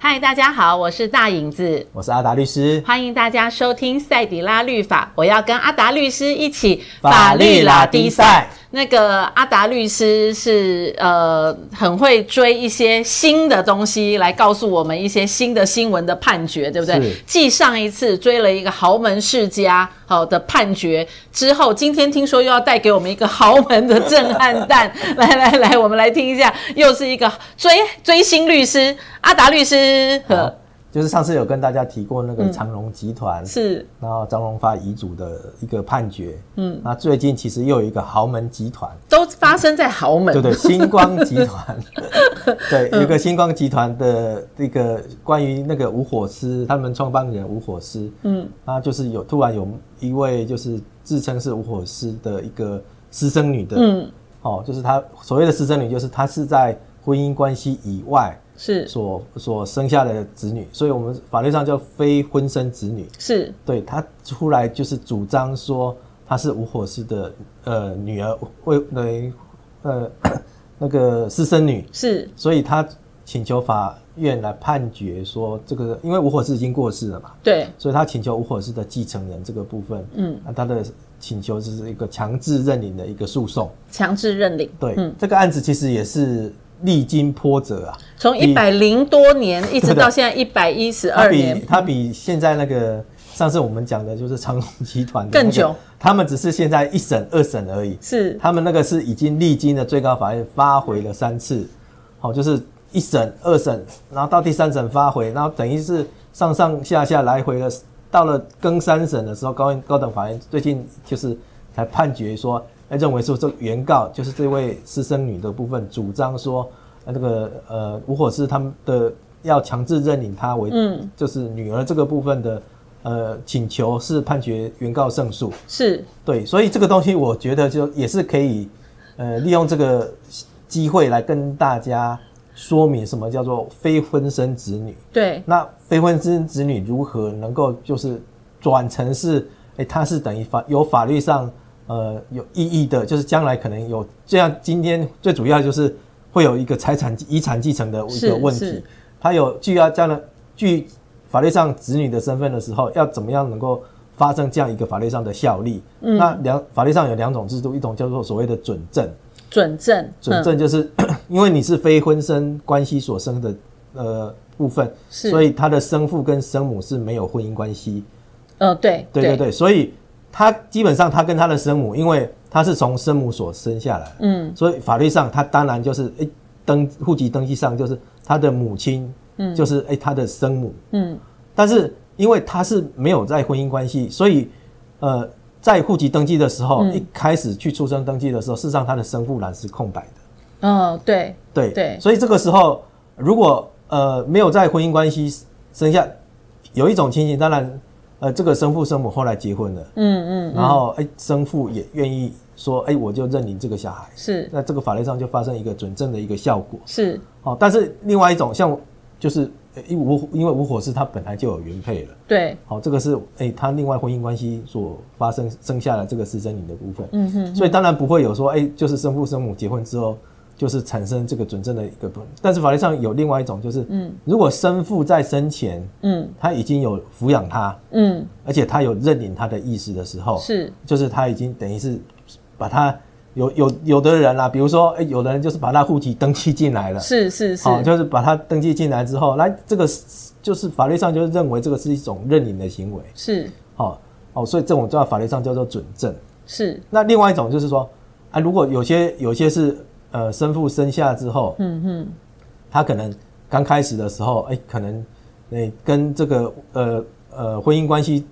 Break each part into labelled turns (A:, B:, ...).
A: 嗨，大家好，我是大影子，
B: 我是阿达律师，
A: 欢迎大家收听赛底拉律法。我要跟阿达律师一起
B: 法律拉低赛。
A: 那个阿达律师是呃很会追一些新的东西来告诉我们一些新的新闻的判决，对不对
B: 是？
A: 继上一次追了一个豪门世家好、的判决之后，今天听说又要带给我们一个豪门的震撼 弹。来来来，我们来听一下，又是一个追追星律师阿达律师，
B: 好
A: 呵
B: 就是上次有跟大家提过那个长荣集团，
A: 是
B: 然后张荣发遗嘱的一个判决，嗯，那最近其实又有一个豪门集团，
A: 都发生在豪门，
B: 对对，星光集 团，对，有一个星光集团的那个关于那个吴火狮，他们创办人吴火狮，嗯，那就是有突然有一位就是自称是吴火狮的一个私生女的，
A: 嗯，
B: 哦，就是她所谓的私生女，就是她是在婚姻关系以外。
A: 是
B: 所所生下的子女，所以我们法律上叫非婚生子女。
A: 是
B: 对他出来就是主张说他是吴火师的呃女儿未为呃那个私生女，
A: 是
B: 所以他请求法院来判决说这个，因为吴火师已经过世了嘛，
A: 对，
B: 所以他请求吴火师的继承人这个部分，
A: 嗯，
B: 那他的请求就是一个强制认领的一个诉讼。
A: 强制认领，
B: 对，
A: 嗯，
B: 这个案子其实也是历经波折啊，
A: 从一
B: 比
A: 百零多年一直
B: 对的
A: 到现在一百一十
B: 它
A: 二
B: 比
A: 年，
B: 它比现在那个上次我们讲的就是长隆集团的、
A: 更久，
B: 他们只是现在一审、二审而已，
A: 是
B: 他们那个是已经历经了最高法院发回了三次，好、就是一审、二审，然后到第三审发回，然后等于是上上下下来回了，到了更三审的时候，高院高等法院最近就是才判决说，哎认为说这个原告就是这位私生女的部分主张说，呃这个呃吴火师他们的要强制认领她为，
A: 嗯
B: 就是女儿这个部分的呃请求是判决原告胜诉，
A: 是
B: 对，所以这个东西我觉得就也是可以，呃，利用这个机会来跟大家说明什么叫做非婚生子女。
A: 对
B: 那非婚生子女如何能够就是转成是，诶，它是等于法有法律上呃有意义的，就是将来可能有这样。今天最主要就是会有一个财产遗产继承的一
A: 是
B: 个问
A: 是
B: 题，他有具要这样的具法律上子女的身份的时候，要怎么样能够发生这样一个法律上的效力？
A: 嗯
B: 那两法律上有两种制度，一种叫做所谓的准证，
A: 准证，
B: 准
A: 嗯
B: 证就是、 因为你是非婚生关系所生的呃部分，
A: 是
B: 所以他的生父跟生母是没有婚姻关系。
A: 呃对
B: 对对对，所以他基本上他跟他的生母，因为他是从生母所生下来，
A: 嗯，
B: 所以法律上他当然就是诶登户籍登记上就是他的母亲，嗯，就是诶他的生母，
A: 嗯
B: 但是因为他是没有在婚姻关系，所以呃在户籍登记的时候，一开始去出生登记的时候，事实上他的生父栏是空白的。
A: 嗯对
B: 对
A: 对
B: 所以这个时候如果呃没有在婚姻关系生下，有一种情形，当然呃这个生父生母后来结婚了，
A: 嗯嗯
B: 然后哎生父也愿意说哎我就认领这个小孩，
A: 是
B: 那这个法律上就发生一个准证的一个效果。
A: 是
B: 哦，但是另外一种像就是呃因为无因为无火是他本来就有原配了。
A: 对
B: 好、这个是哎，他另外婚姻关系所发生生下来这个私生女的部分，
A: 嗯哼
B: 所以当然不会有说，哎，就是生父生母结婚之后，就是产生这个准证的一个部分。但是法律上有另外一种，就是，嗯，如果生父在生前
A: 嗯
B: 他已经有抚养他，
A: 嗯
B: 而且他有认领他的意识的时候，
A: 是
B: 就是他已经等于是把他有有有的人啦、比如说，哎，有的人就是把他户籍登记进来了，
A: 是是是
B: 好、哦就是把他登记进来之后，来这个是就是法律上就是认为这个是一种认领的行为，
A: 是
B: 好、哦，所以这种叫法律上叫做准证。
A: 是
B: 那另外一种就是说，啊，如果有些有些是呃生父生下之后，
A: 嗯嗯
B: 他可能刚开始的时候，哎，可能哎跟这个呃呃婚姻关系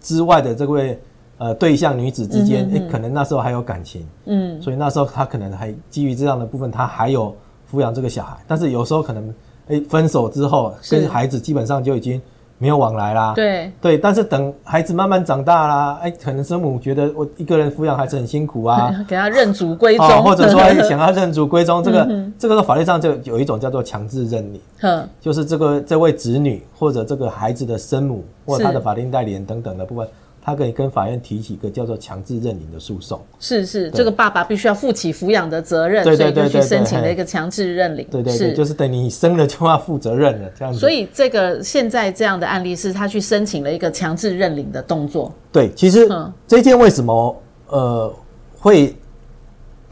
B: 之外的这位呃对象女子之间，哎、可能那时候还有感情，
A: 嗯
B: 所以那时候他可能还基于这样的部分，他还有抚养这个小孩，但是有时候可能哎分手之后，
A: 是
B: 跟孩子基本上就已经没有往来啦，
A: 对
B: 对，但是等孩子慢慢长大啦，哎，可能生母觉得我一个人抚养孩子很辛 苦啊，
A: 给他认祖归
B: 哦，
A: 宗，
B: 或 者说哎想要认祖归宗，这
A: 嗯
B: 个、这个法律上就有一种叫做强制认领，
A: 呵
B: 就是这个这位子女或者这个孩子的生母或
A: 是
B: 他的法定代理人等等的部分，他可以跟法院提起一个叫做强制认领的诉讼。
A: 是是，这个爸爸必须要负起抚养的责任，
B: 对对
A: 所以
B: 对
A: 就去
B: 对对
A: 申请了
B: 嘿
A: 一个强制认领。
B: 对对对，
A: 是
B: 就是等于你生了就要负责任了，这样子。
A: 所以这个现在这样的案例是他去申请了一个强制认领的动作。
B: 对，其实
A: 嗯
B: 这件为什么呃会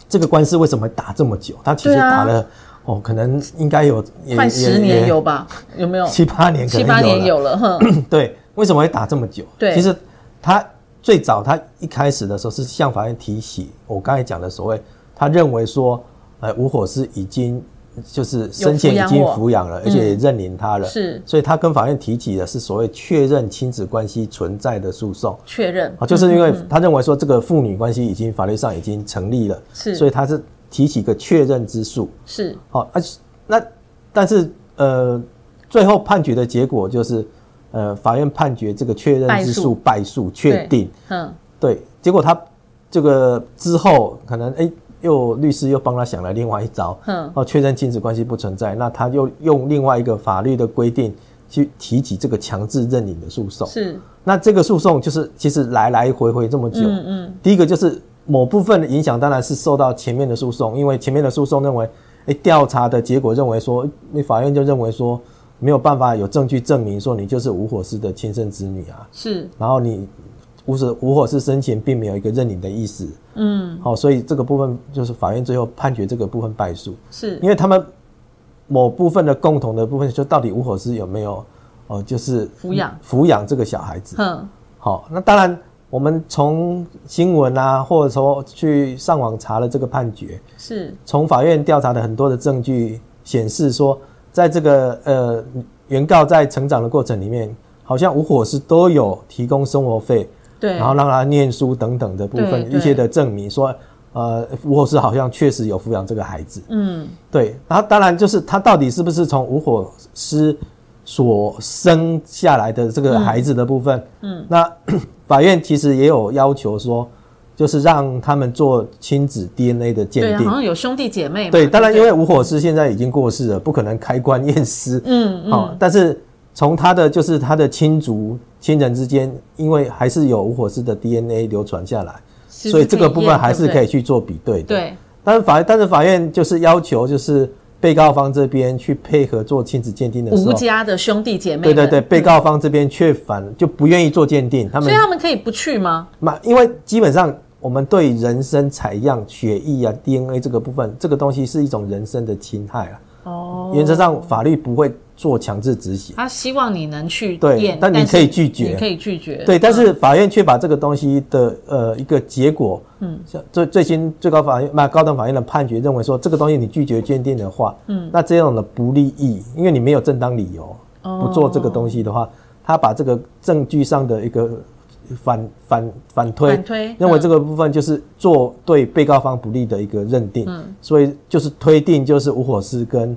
B: 这个官司为什么打这么久？他其实
A: 对啊
B: 打了、哦，可能应该有也
A: 快
B: 也
A: 十年
B: 也
A: 有吧？有没有？
B: 七八年，可
A: 七
B: 能
A: 八年
B: 了
A: 有了， 哼，
B: 对，为什么会打这么久？
A: 对
B: 其实他最早他一开始的时候是向法院提起我刚才讲的所谓，他认为说，呃，吴火是已经就是
A: 有
B: 深陷
A: 抚
B: 已
A: 养
B: 经
A: 我
B: 抚养了，而且也认领他了，
A: 嗯是
B: 所以他跟法院提起的是所谓确认亲子关系存在的诉讼。
A: 确认
B: 啊，就是因为他认为说这个父女关系已经法律上已经成立了，
A: 是
B: 所以他是提起一个确认之诉。
A: 是
B: 好、而且那但是呃，最后判决的结果就是，呃，法院判决这个确认之诉败诉，确定，
A: 对嗯，
B: 对结果他这个之后可能哎。又律师又帮他想了另外一招，
A: 嗯
B: 哦，确认亲子关系不存在，那他又用另外一个法律的规定去提起这个强制认领的诉讼。
A: 是
B: 那这个诉讼就是其实来来回回这么久，
A: 嗯嗯，
B: 第一个就是某部分的影响，当然是受到前面的诉讼，因为前面的诉讼认为，哎，调查的结果认为说，那法院就认为说没有办法有证据证明说你就是吴火师的亲生子女啊，
A: 是
B: 然后你吴是吴火师生前并没有一个认领的意思，
A: 嗯
B: 好、所以这个部分就是法院最后判决这个部分败诉，
A: 是
B: 因为他们某部分的共同的部分，就到底吴火师有没有哦、呃就是
A: 抚养
B: 抚养这个小孩子，
A: 哼
B: 好、那当然，我们从新闻啊，或者说去上网查了这个判决，
A: 是
B: 从法院调查的很多的证据显示说，在这个呃原告在成长的过程里面，好像无火师都有提供生活费，
A: 对，
B: 然后让他念书等等的部
A: 对
B: 分
A: 对
B: 一些的证明说。呃，吴火师好像确实有抚养这个孩子，
A: 嗯
B: 对，然后当然就是他到底是不是从无火师所生下来的这个孩子的部分，
A: 嗯
B: 那 法院其实也有要求说，就是让他们做亲子 DNA 的
A: 对
B: 鉴
A: 啊，
B: 定
A: 好。像有兄弟姐妹嘛，
B: 对，当然
A: 不
B: 因为吴火师现在已经过世了，不可能开棺验尸。
A: 嗯嗯
B: 哦，但是从他的就是他的亲族亲人之间，因为还是有吴火师的 DNA 流传下来，
A: 其实
B: 所以这个
A: 可
B: 部
A: 以
B: 分
A: 验
B: 还是可
A: 对
B: 以去做比对的。
A: 不对对
B: 但是法但是法院就是要求就是被告方这边去配合做亲子鉴定的时
A: 吴
B: 候，
A: 家的兄弟姐妹
B: 对
A: 们，
B: 对对，被告方这边却反就不愿意做鉴定，他
A: 所
B: 们
A: 以他们可以不去吗？
B: 那因为基本上我们对人身采样、血液啊、DNA 这个部分，这个东西是一种人身的侵害啊。
A: 哦，
B: 原则上法律不会做强制执行，
A: 他希望你能去
B: 对
A: 验，
B: 但你
A: 是
B: 可以拒绝
A: 你可以拒绝，
B: 对，但是法院却把这个东西的呃一个结果，嗯，像最最新最高法院那高等法院的判决认为说，这个东西你拒绝鉴定的话，嗯，那这样的不利益，因为你没有正当理由
A: 哦
B: 不做这个东西的话，他把这个证据上的一个反反反推，
A: 反推
B: 认为
A: 嗯
B: 这个部分就是做对被告方不利的一个认定，嗯，所以就是推定就是无火师跟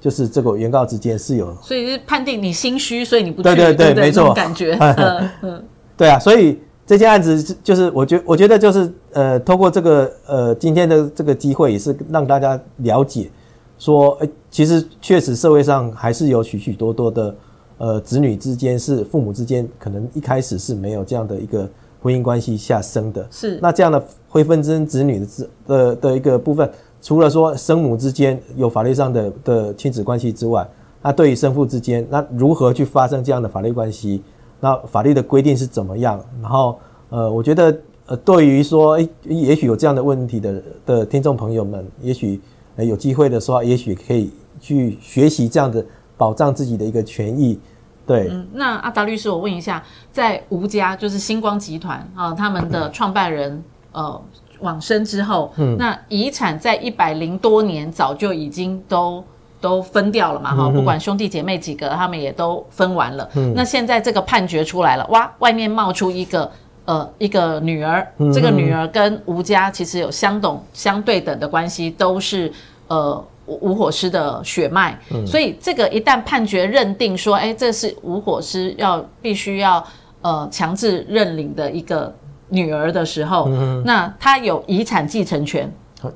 B: 就是这个原告之间是有
A: 所以是判定你心虚，所以你不去，
B: 对对对
A: 不
B: 没错
A: 那种感 觉，嗯嗯，
B: 对啊，所以这件案子是就是我觉我觉得就是呃，通过这个呃今天的这个机会，也是让大家了解说，诶其实确实社会上还是有许许多多的呃子女之间是父母之间可能一开始是没有这样的一个婚姻关系下生的，
A: 是
B: 那这样的非婚生子女的之的的一个部分，除了说生母之间有法律上的的亲子关系之外，那对于生父之间，那如何去发生这样的法律关系？那法律的规定是怎么样？然后呃，我觉得呃，对于说，诶也许有这样的问题的的听众朋友们，也许、呃、有机会的时候，也许可以去学习这样的保障自己的一个权益。对，
A: 嗯，那阿达律师，我问一下，在吴家就是星光集团啊、他们的创办人呃往生之后，
B: 嗯
A: 那遗产在一百零多年早就已经都都分掉了嘛，
B: 嗯
A: 哈、不管兄弟姐妹几个，他们也都分完了。那现在这个判决出来了，哇，外面冒出一个。呃，一个女儿，
B: 嗯
A: 这个女儿跟吴家其实有相等相对等的关系，都是呃无无火师的血脉，
B: 嗯
A: 所以这个一旦判决认定说，哎，这是无火师要必须要呃强制认领的一个女儿的时候，
B: 嗯
A: 那她有遗产继承权，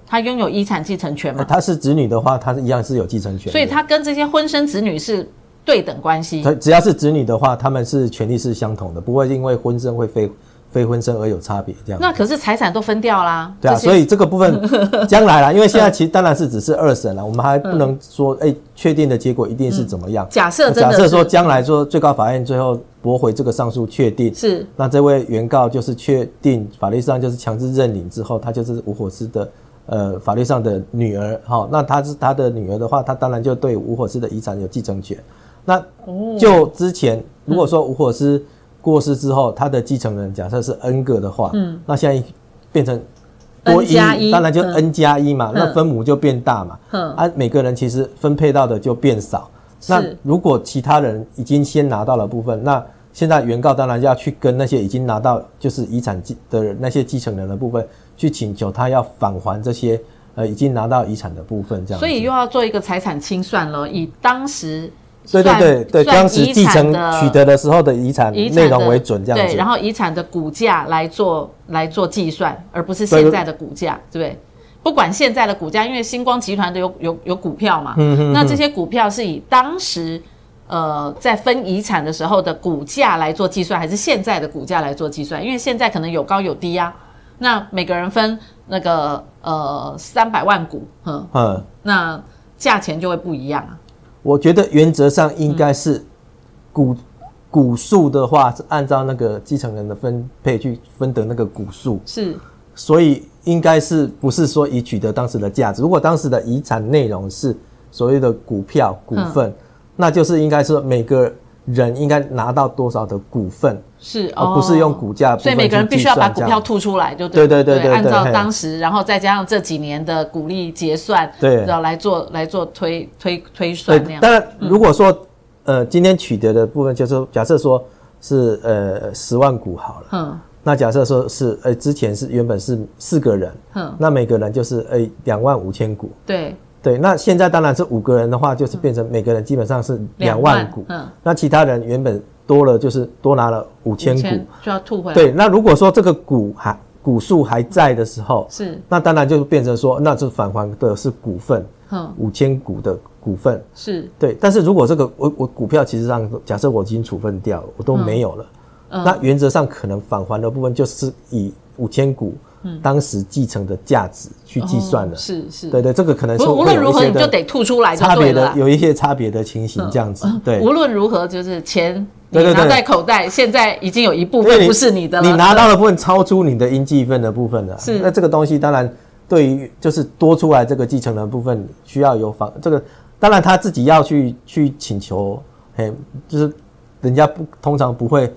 A: 她拥有遗产继承权
B: 那
A: 嘛，
B: 呃他是子女的话，他是一样是有继承权的。
A: 所以她跟这些婚生子女是对等关系，
B: 他只要是子女的话，他们是权利是相同的，不会因为婚生会非非婚生而有差别这样。
A: 那可是财产都分掉啦，
B: 对啊，
A: 这些嗯
B: 所以这个部分 将来啦，因为现在其实当然是只是二审了，我们还不能说哎确定的结果一定是怎么样。
A: 嗯假设真
B: 假
A: 的
B: 设说
A: 是
B: 将来说最高法院最后驳回这个上诉确定，
A: 是
B: 那这位原告就是确定法律上就是强制认领之后，他就是吴火师的呃法律上的女儿哈、那他是他的女儿的话，他当然就对吴火师的遗产有继承权。那
A: 哦
B: 就之前如果说吴火师过世之后，他的继承人假设是 n 个的话，嗯，那现在变成。多
A: N 加一
B: 当然就
A: 嗯
B: n 加一嘛，
A: 嗯
B: 那分母就变大嘛，
A: 嗯
B: 啊，每个人其实分配到的就变少，那
A: 是
B: 如果其他人已经先拿到了部分，那现在原告当然要去跟那些已经拿到就是遗产继的那些继承人的部分去请求他要返还这些呃已经拿到遗产的部分，这样子。
A: 所以又要做一个财产清算了，以当时
B: 对对
A: 算
B: 对对，
A: 算
B: 当时
A: 遗
B: 继
A: 产
B: 承
A: 的
B: 取得的时候的遗产
A: 遗产
B: 内容
A: 的
B: 为准，这样子。
A: 对，然后遗产的股价来做来做计算，而不是
B: 对
A: 现在的股价，对不对？不管现在的股价，因为星光集团的有有有股票嘛，
B: 嗯
A: 那这些股票是以当时呃在分遗产的时候的股价来做计算，还是现在的股价来做计算？因为现在可能有高有低啊，那每个人分那个呃三百万股，嗯，
B: 嗯，
A: 那价钱就会不一样啊。
B: 我觉得原则上应该是股、股数的话是按照那个继承人的分配去分得那个股数，
A: 是
B: 所以应该是不是说以取得当时的价值？如果当时的遗产内容是所谓的股票股份，
A: 嗯
B: 那就是应该是每个人应该拿到多少的股份，
A: 是，
B: 哦
A: 哦
B: 而不是用股价的部
A: 所以
B: 分
A: 每个人
B: 去计
A: 必须要把
B: 算
A: 股
B: 这样
A: 票吐出来，就对了
B: 对对对对
A: 按照
B: 嘿
A: 当时，然后再加上这几年的股利结算，
B: 对
A: 然后来做来做推推推
B: 对
A: 算那，样。嗯
B: 当然如果说、呃今天取得的部分，就是假设说是呃十万股好了，
A: 嗯，
B: 那假设说是呃之前是原本是四个人，
A: 嗯
B: 那每个人就是呃两万五千股。
A: 对，
B: 对，那现在当然是五个人的话，就是变成每个人基本上是两万股，
A: 两万嗯
B: 那其他人原本多了就是多拿了五千股，
A: 5000就要吐回来。，
B: 对，那如果说这个股还股数还在的时候，
A: 是，
B: 那当然就变成说，那就返还的是股份，
A: 嗯，
B: 五千股的股份，
A: 是，
B: 对，但是如果这个我我股票其实上，假设我已经处分掉了，我都
A: 嗯
B: 没有了，那原则上可能返还的部分就是以五千股当时继承的价值去计算了，
A: 嗯哦是是。
B: 对对，这个可能
A: 不
B: 是
A: 无
B: 会
A: 论
B: 有
A: 如
B: 一
A: 何，
B: 些
A: 你
B: 的
A: 就得吐出哎来，就
B: 差别
A: 对了
B: 的
A: 啦。嗯
B: 有一些差别的情形这样子，对。
A: 无论如何，就是钱你
B: 对对对
A: 拿在口袋，现在已经有一部
B: 因为
A: 分不是你的了。
B: 你拿到的部分超出你的应继分的部分了。
A: 是
B: 那这个东西当然对于就是多出来这个继承人的部分需要有反这个，当然他自己要去去请求，嘿，就是人家不通常不会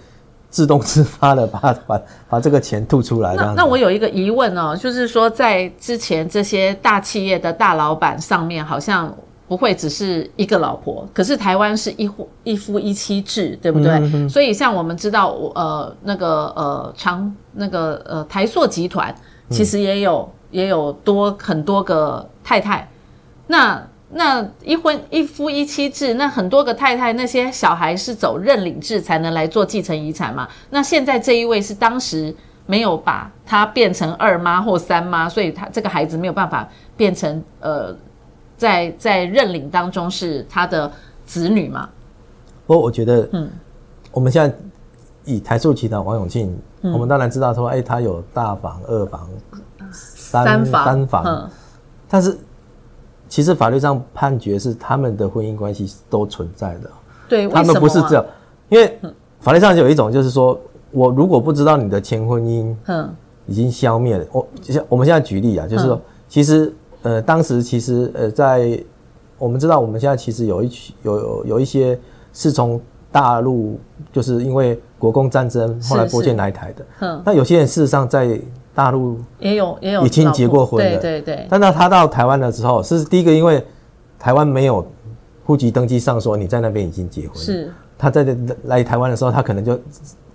B: 自动自发的把 把把这个钱吐出来这
A: 那
B: 样子
A: 那我有一个疑问哦，就是说在之前这些大企业的大老板上面，好像不会只是一个老婆，可是台湾是一夫一夫一妻制，对不
B: 嗯
A: 对？所以像我们知道，我呃那个呃长那个呃台塑集团，其
B: 嗯
A: 实也有、也有多很多个太太，那。那一婚一夫一妻制，那很多个太太，那些小孩是走认领制才能来做继承遗产嘛？那现在这一位是当时没有把她变成二妈或三妈，所以她这个孩子没有办法变成呃，在在认领当中是他的子女嘛？
B: 不过我觉得，嗯，我们现在以台塑集团王永庆，
A: 嗯
B: 我们当然知道说，哎、他有大房、二房、三
A: 三房，
B: 三房，
A: 嗯，
B: 但是其实法律上判决是他们的婚姻关系都存在的，
A: 对，
B: 他
A: 为什么
B: 们不是
A: 啊
B: 这，样，因为法律上有一种就是说，我如果不知道你的前婚姻
A: 嗯，
B: 已经消灭了，我就像我们现在举例啊，就是说
A: 嗯，
B: 其实呃，当时其实呃，在我们知道我们现在其实有一群有有有一些是从大陆，就是因为国共战争后来
A: 是
B: 拨
A: 是
B: 建来台的，
A: 嗯
B: 那有些人事实上在大陆
A: 也有也有
B: 已经
A: 老婆
B: 结过婚了
A: 对对对，
B: 但到他到台湾的时候，是第一个，因为台湾没有户籍登记上说你在那边已经结婚，
A: 是
B: 他在这来台湾的时候，他可能就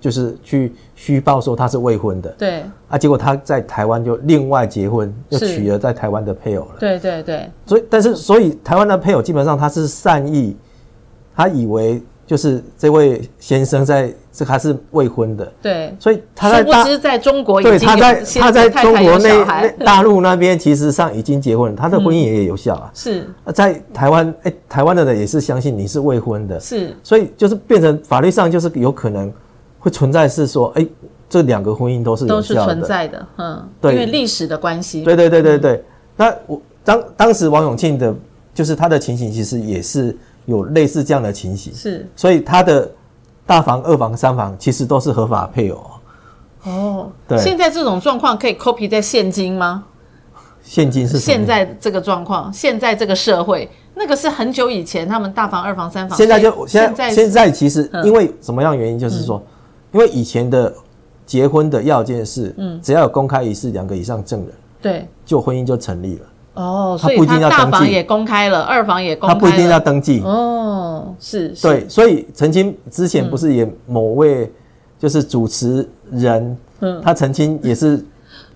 B: 就是去虚报说他是未婚的
A: 对
B: 啊，结果他在台湾就另外结婚，又
A: 是
B: 娶了在台湾的配偶了。
A: 对对对，
B: 所以，但是所以台湾的配偶基本上他是善意，他以为就是这位先生在这他是未婚的，
A: 对，
B: 所以他在
A: 殊
B: 大
A: 不知在中国已经
B: 对，
A: 有
B: 他在
A: 先
B: 他在
A: 太太
B: 中国
A: 有
B: 内
A: 小孩
B: 内大陆那边，其实上已经结婚了，他的婚姻也有效啊。
A: 是
B: 啊在台湾，哎、台湾的人也是相信你是未婚的，
A: 是
B: 所以就是变成法律上就是有可能会存在是说，哎、这两个婚姻都是有
A: 都是
B: 效
A: 存
B: 的。
A: 在的，嗯，
B: 对
A: 因为历史的关系，
B: 对对对对对。那我当当时王永庆的，就是他的情形，其实也是有类似这样的情形，
A: 是
B: 所以他的大房、二房、三房其实都是合法配偶，
A: 哦。
B: 对
A: 现在这种状况可以 copy 在现今吗？
B: 现金是什么
A: 现在这个状况，现在这个社会，那个是很久以前他们大房、二房、三房，
B: 现在就现
A: 啊现
B: 在
A: 在
B: 现在其实
A: 嗯
B: 因为什么样的原因，就是说，因为以前的结婚的要件是，
A: 嗯
B: 只要有公开仪式，两个以上证人，
A: 对
B: 就婚姻就成立了，
A: 哦，
B: 他
A: 所以
B: 不一定
A: 他
B: 要
A: 大
B: 登
A: 房
B: 记
A: 也公开了，二房也公
B: 他
A: 开了，
B: 不一定要登记。
A: 哦，是，是，嗯
B: 对，所以曾经之前不是也某位就是主持人，
A: 嗯
B: 他曾经也是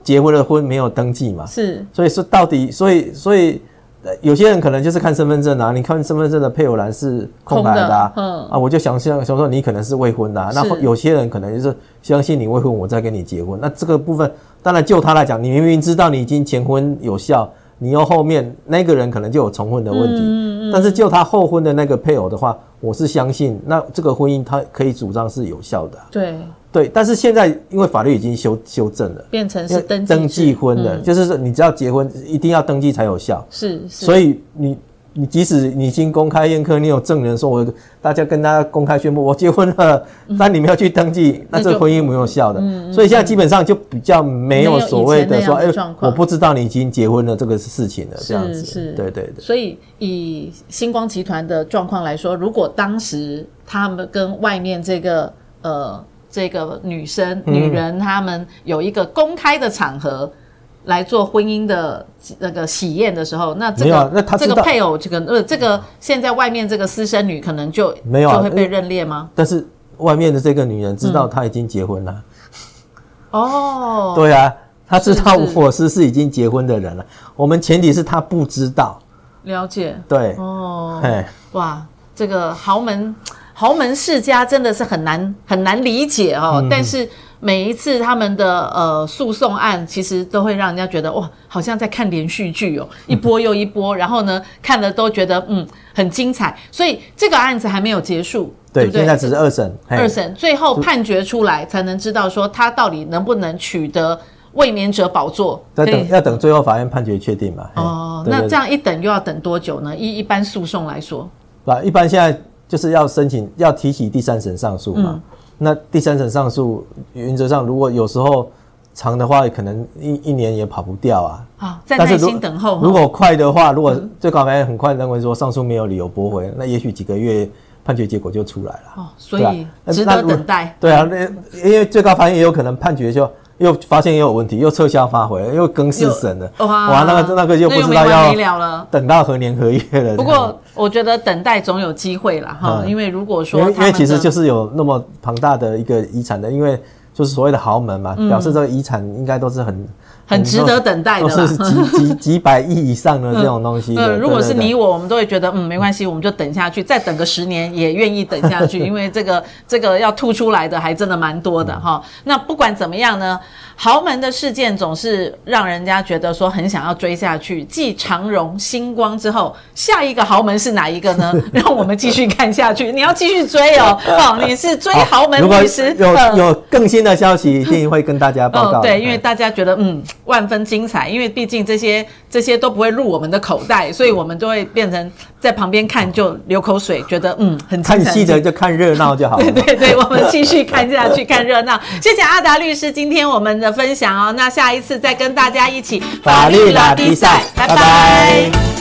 B: 结婚了婚没有登记嘛，
A: 是
B: 所以说到底，所以所以。呃有些人可能就是看身份证啊，你看身份证的配偶栏是空白的啊，
A: 空的嗯
B: 啊，我就想象想说你可能是未婚的、啊，那
A: 是
B: 有些人可能就是相信你未婚，我再跟你结婚，那这个部分当然就他来讲，你明明知道你已经前婚有效，你又后面那个人可能就有重婚的问题，
A: 嗯
B: 但是就他后婚的那个配偶的话，我是相信那这个婚姻他可以主张是有效的啊、
A: 对，
B: 对，但是现在因为法律已经修修正了。
A: 变成
B: 因
A: 是
B: 为
A: 登
B: 登
A: 记
B: 记
A: 制嗯
B: 婚的，就是说你只要结婚，一定要登记才有效。
A: 是是，
B: 所以你你即使你已经公开宴客，你有证人说我大家跟大家公开宣布我结婚了，但你没有去登记，那
A: 嗯那
B: 这个
A: 就嗯
B: 婚姻没有效的。所以现在基本上就比较没
A: 没
B: 有
A: 有以
B: 所谓
A: 前那
B: 的说，
A: 样的
B: 哎
A: 状，况
B: 我不知道你已经结婚了这个事情了，这样
A: 是
B: 子
A: 是。
B: 对对对，
A: 所以以星光集团的状况来说，如果当时他们跟外面这个呃这个女生、
B: 嗯
A: 女人，他们有一个公开的场合。来做婚姻的那个喜宴的时候，那这
B: 没有
A: 个、
B: 啊那他
A: 这
B: 知
A: 个
B: 道
A: 配偶这个呃这个现在外面这个私生女可能就
B: 没有啊
A: 就会被认列吗？
B: 但是外面的这个女人知道她已经结婚了，
A: 嗯哦，
B: 对啊。她知道
A: 是是
B: 我是是已经结婚的人了，我们前提是她不知道，
A: 了解
B: 对，
A: 哦，
B: 哎，
A: 哇，这个豪门豪门世家真的是很难很难理解哦。
B: 嗯
A: 但是每一次他们的呃诉讼案，其实都会让人家觉得哇，好像在看连续剧哦，一波又一波。然后呢，看了都觉得嗯很精彩。所以这个案子还没有结束，
B: 对，
A: 不对？
B: 现在只是二哎审，嘿
A: 二审最后判决出来，才能知道说他到底能不能取得卫冕者宝座。
B: 要
A: 可以
B: 等要等最后法院判决确定嘛。嘿
A: 哦，
B: 对
A: 那
B: 对
A: 这样一等又要等多久呢？一一般诉讼来说，
B: 那一般现在就是要申请要提起第三审上诉嘛。
A: 嗯
B: 那第三审上诉原则上，如果有时候长的话，可能一一年也跑不掉啊。
A: 好，再
B: 但是
A: 耐
B: 如
A: 心等候哈。嗯
B: 如果快的话，如果最高法院很快认为说上诉没有理由驳回，那也许几个月判决结果就出来了。
A: 哦，所
B: 对啊
A: 以
B: 那
A: 值
B: 那
A: 得
B: 如果
A: 等待。
B: 对啊，那因为最高法院也有可能判决就又发现也有问题，又撤销发回，又更四审了。
A: 又哇
B: 哇，那个那个就不知道
A: 那又没完没
B: 要
A: 了了。
B: 等到何年何月了。
A: 不过我觉得等待总有机会啦，哈、
B: 嗯
A: 因为如果说
B: 因为因
A: 他们
B: 为其实
A: 的
B: 就是有那么庞大的一个遗产的，因为就是所谓的豪门嘛，表示这个遗产应该都是很
A: 嗯很值得等待的
B: 都是
A: 啦。
B: 几 几几百亿以上的这种东西的。
A: 呃，
B: 对
A: 如果是
B: 对对
A: 你我，我们都会觉得嗯没关系，我们就等下去，再等个十年也愿意等下 去，因为这个这个要吐出来的还真的蛮多的哈。那不管怎么样呢，豪门的事件总是让人家觉得说很想要追下去。继长荣、星光之后，下一个豪门是哪一个 呢？让我们继续看下去。你要继续追哦，哦，你是追
B: 好
A: 豪门
B: 如果
A: 律师，嗯
B: 有有更新的消息，一定会跟大家报告。哎
A: 哦，对，因为大家觉得嗯万分精彩，因为毕竟这些这些都不会入我们的口袋，所以我们就会变成在旁边看就流口水，觉得嗯很精彩。
B: 看戏的就看热闹就好了
A: 对。对对，我们继续看下去，看热 闹。谢谢阿达律师今天我们的分享哦，那下一次再跟大家一起
B: 法律拉比赛
A: 拜
B: 拜
A: 拜
B: 拜